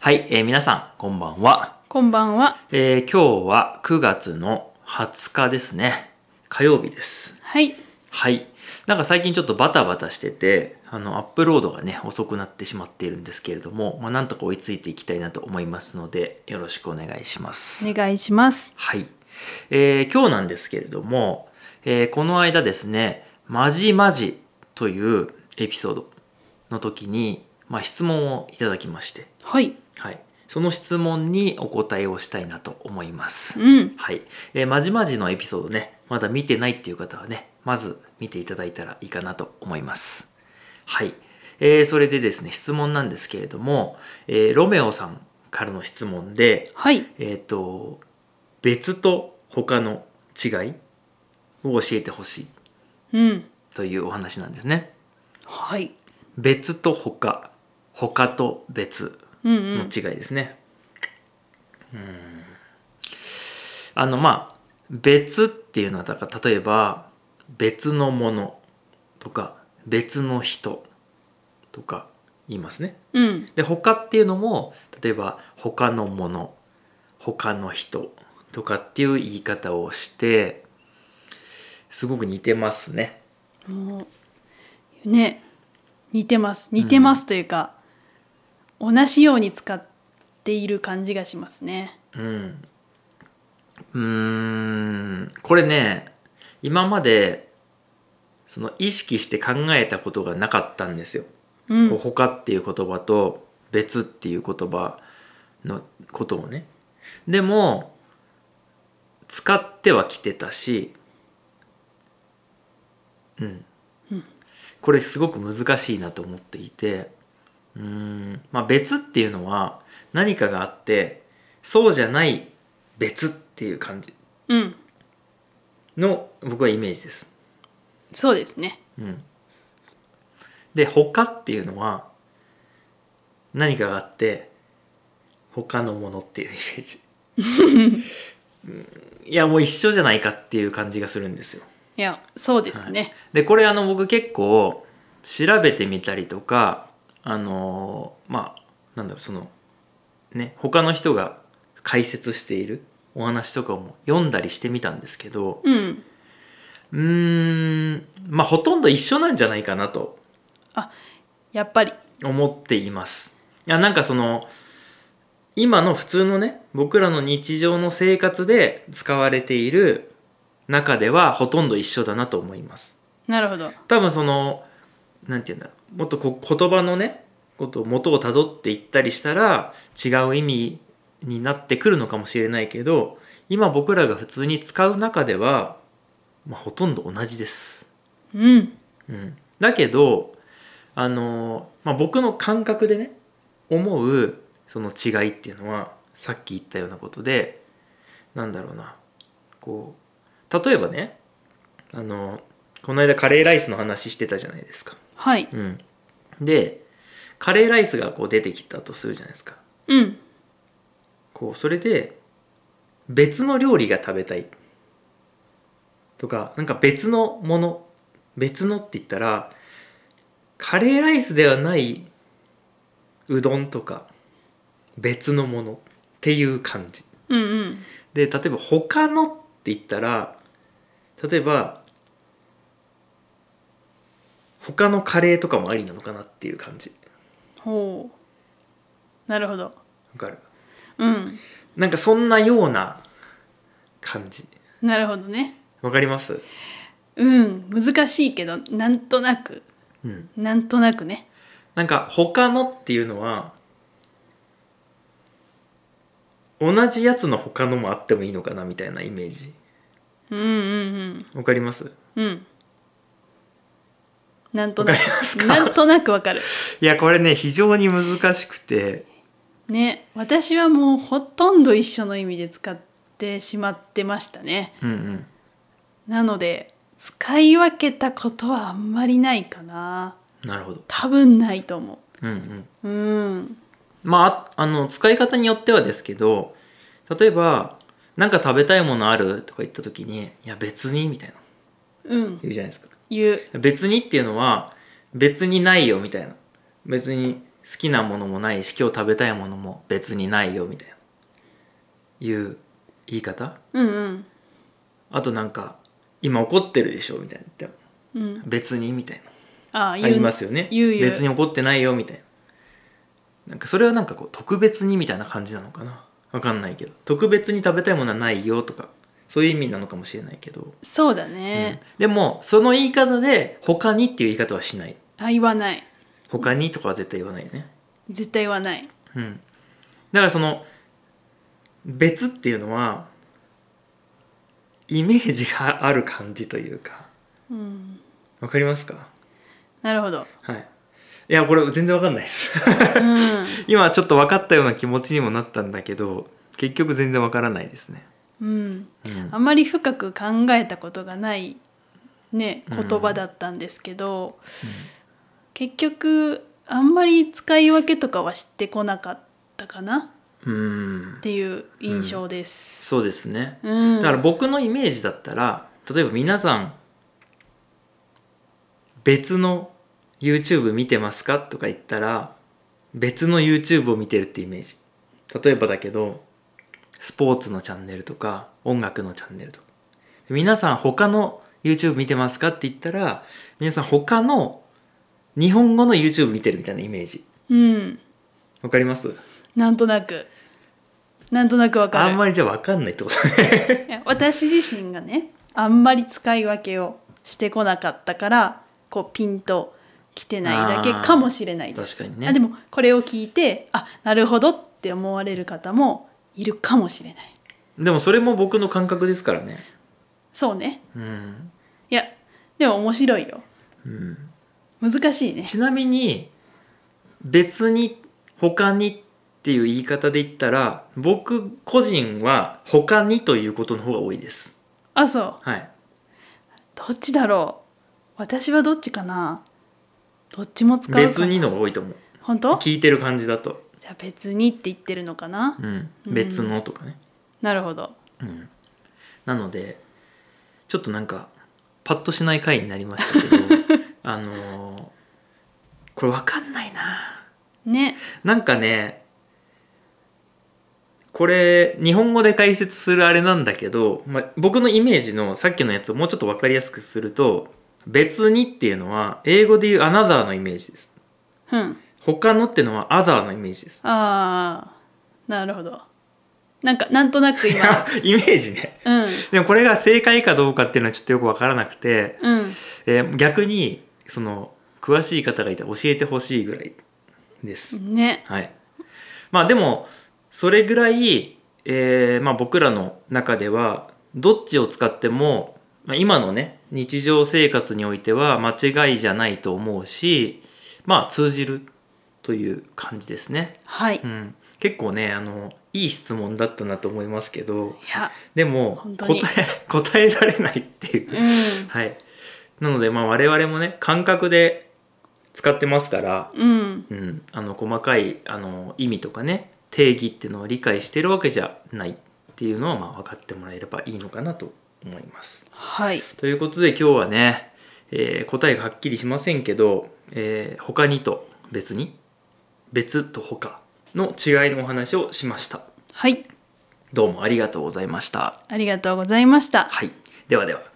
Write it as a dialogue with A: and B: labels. A: はい、えー皆さん、こんばんは。
B: こんばんは。
A: えー今日は9月の20日ですね。火曜日です。
B: はい。
A: はい。なんか最近ちょっとバタバタしてて、あの、アップロードがね、遅くなってしまっているんですけれども、まあ、なんとか追いついていきたいなと思いますので、よろしくお願いします。
B: お願いします。
A: はい。えー今日なんですけれども、えーこの間ですね、まじまじというエピソードの時に、まあ、質問をいただきまして、
B: はい。
A: はい、その質問にお答えをしたいなと思います。
B: うん。
A: はい、えーまじまじのエピソードね、まだ見てないっていう方はね、まず見ていただいたらいいかなと思います。はい、えーそれでですね、質問なんですけれども、えーロメオさんからの質問で、
B: はい。
A: えっ、と別と他の違いを教えてほしい
B: うん。
A: というお話なんですね。
B: はい。
A: 別と他、他と別
B: うんう
A: の
B: ん。
A: 違いですね。うんあのまあ別っていうのはだから例えば別のものとか別の人とか言いますね。
B: うん。
A: で他っていうのも例えば他のもの他の人とかっていう言い方をしてすごく似てますね。
B: もう。ね。似てます。似てますというか。同じように使っている感じがしますね。
A: うん、うーんこれね今までその意識して考えたことがなかったんですよ。
B: うん。
A: こう他っていう言葉と別っていう言葉のことをねでも使ってはきてたしうん、
B: うん
A: これすごく難しいなと思っていてうーんまあ別っていうのは何かがあってそうじゃない別っていう感じ
B: うん。
A: の僕はイメージです。
B: そうですね。
A: うん、で他っていうのは何かがあって他のものっていうイメージうんいやもう一緒じゃないかっていう感じがするんですよ
B: いや、そうですね。
A: でこれあの僕結構調べてみたりとかあのーまあなんだろうそのね他の人が解説しているお話とかも読んだりしてみたんですけど
B: うん。
A: うーんまあほとんど一緒なんじゃないかなと
B: やっぱり。
A: 思っていますいやなんかその今の普通のね僕らの日常の生活で使われている中ではほとんど一緒だなと思います
B: なるほど。
A: 多分その何て言うんだろうもっとこう言葉のねことを元をたどっていったりしたら違う意味になってくるのかもしれないけど今僕らが普通に使う中では、まあ、ほとんど同じです
B: うん。
A: うん、だけどあの、まあ、僕の感覚でね思うその違いっていうのはさっき言ったようなことでなんだろうなこう例えばねあのこの間カレーライスの話してたじゃないですか。
B: はい。
A: うん、でカレーライスがこう出てきたとするじゃないですか。
B: うん。
A: こうそれで別の料理が食べたいとかなんか別のもの別のって言ったらカレーライスではないうどんとか別のものっていう感じ
B: うんうん。
A: で例えば他のって言ったら例えば他のカレーとかもありなのかなっていう感じ
B: ほう。なるほど。
A: わかる
B: うん。
A: なんかそんなような感じ
B: なるほどね。
A: わかります
B: うん。難しいけど、なんとなく。
A: うん
B: なんとなくね。
A: なんか他のっていうのは同じやつの他のもあってもいいのかなみたいなイメージ
B: うんうん
A: わかります
B: うん。うん。なんと
A: わか
B: な
A: り
B: く。
A: ます
B: な
A: か
B: んとなくわかる。
A: いやこれね非常に難しくて
B: ね、私はもうほとんど一緒の意味で使ってしまってましたね。
A: うんうん
B: なので、使い分けたことはあんまりないかな。
A: なるほど
B: 多分ないと思
A: うんうん
B: う。うん。
A: まあああの使い方によってはですけど例えばなんか食べたいものあるとか言った時に「いや別に」みたいな
B: うん。
A: 言うじゃないですか
B: 言う。
A: 別にっていうのは別にないよみたいな別に好きなものもないし今日食べたいものも別にないよみたいないう言い方
B: うんうん
A: あとなんか今怒ってるでしょみたいな言って
B: うん
A: 別にみたいな
B: ああ
A: あ
B: 言
A: り
B: う
A: ますよね
B: 言う言う
A: 別に怒ってないよみたいななんかそれはなんかこう特別にみたいな感じなのかなわかんないけど特別に食べたいものはないよとかそういう意味なのかもしれないけど、
B: そうだ
A: うん
B: ね、
A: でもその言い方で「他に」っていう言い方はしない
B: あ言わない
A: 「他に」とかは絶対言わないよね
B: 絶対言わない
A: うんだからその「別」っていうのはイメージがある感じというか
B: うん
A: わかりますか
B: なるほど
A: はいいやこれ全然わかんないです
B: うん
A: 今ちょっと分かったような気持ちにもなったんだけど結局全然分からないですね、
B: うん
A: うん
B: あまり深く考えたことがないね
A: うん
B: 言葉だったんですけど、結局あんまり使い分けとかは知ってこなかったかな
A: うん
B: っていう印象です。
A: そうですね
B: うん、
A: だから僕のイメージだったら例えば皆さん別の YouTube 見てますかとか言ったら別の YouTube を見てるってイメージ例えばだけどスポーツのチャンネルとか音楽のチャンネルとかで皆さん他の YouTube 見てますかって言ったら皆さん他の日本語の YouTube 見てるみたいなイメージ
B: うん、
A: わかります
B: なんとなくなんとなくわか
A: あ
B: る
A: んまりじゃわかんないってことね
B: いや私自身がねあんまり使い分けをしてこなかったからこうピンときてないだけかもしれないです
A: 確かにね
B: あでもこれを聞いてあなるほどって思われる方もいるかもしれない
A: でもそれも僕の感覚ですからね
B: そうね
A: うん
B: いやでも面白いよ
A: うん
B: 難しいね
A: ちなみに別に他にっていう言い方で言ったら僕個人は他にということの方が多いです
B: あそう
A: はい
B: どっちだろう私はどっちかなどっちも使うかな
A: 別にのが多いと思う
B: 本当
A: 聞いてる感じだと、
B: じゃあ別にって言ってるのかな、
A: うん、
B: うん
A: 別のとかね、
B: なるほど
A: うん、なのでちょっとなんかパッとしない回になりましたけど あのーこれわかんないな
B: ね
A: なんかねこれ日本語で解説するあれなんだけど、まあ、僕のイメージのさっきのやつをもうちょっと分かりやすくすると「別に」っていうのは英語で言う「アナザー」のイメージです
B: うん
A: 他のっていうのは「アザー」のイメージです
B: あーなるほどなんかなんとなく今
A: イメージね
B: うん
A: でもこれが正解かどうかっていうのはちょっとよく分からなくて、
B: うん
A: えー逆にその詳しい方がいたら教えてほしいぐらいです、
B: ね
A: はい、まあでもそれぐらい、えーまあ、僕らの中ではどっちを使っても、まあ、今のね日常生活においては間違いじゃないと思うしまあ通じるという感じですね、
B: はい、
A: う
B: い
A: ん、結構ねあのいい質問だったなと思いますけど
B: や
A: でも
B: 本当
A: 答
B: に
A: え 答えられないっていう、
B: う
A: はいなのでまあ我々もね感覚で使ってますから
B: んうん
A: うん、あの細かいあの意味とかね定義っていうのを理解してるわけじゃないっていうのはまあ分かってもらえればいいのかなと思います。
B: はい
A: ということで今日はね、えー答えがはっきりしませんけど、えー他にと別に別と他の違いのお話をしました。
B: はい
A: どうもありがとうございました。
B: ありがとうございました
A: はい、ではでは。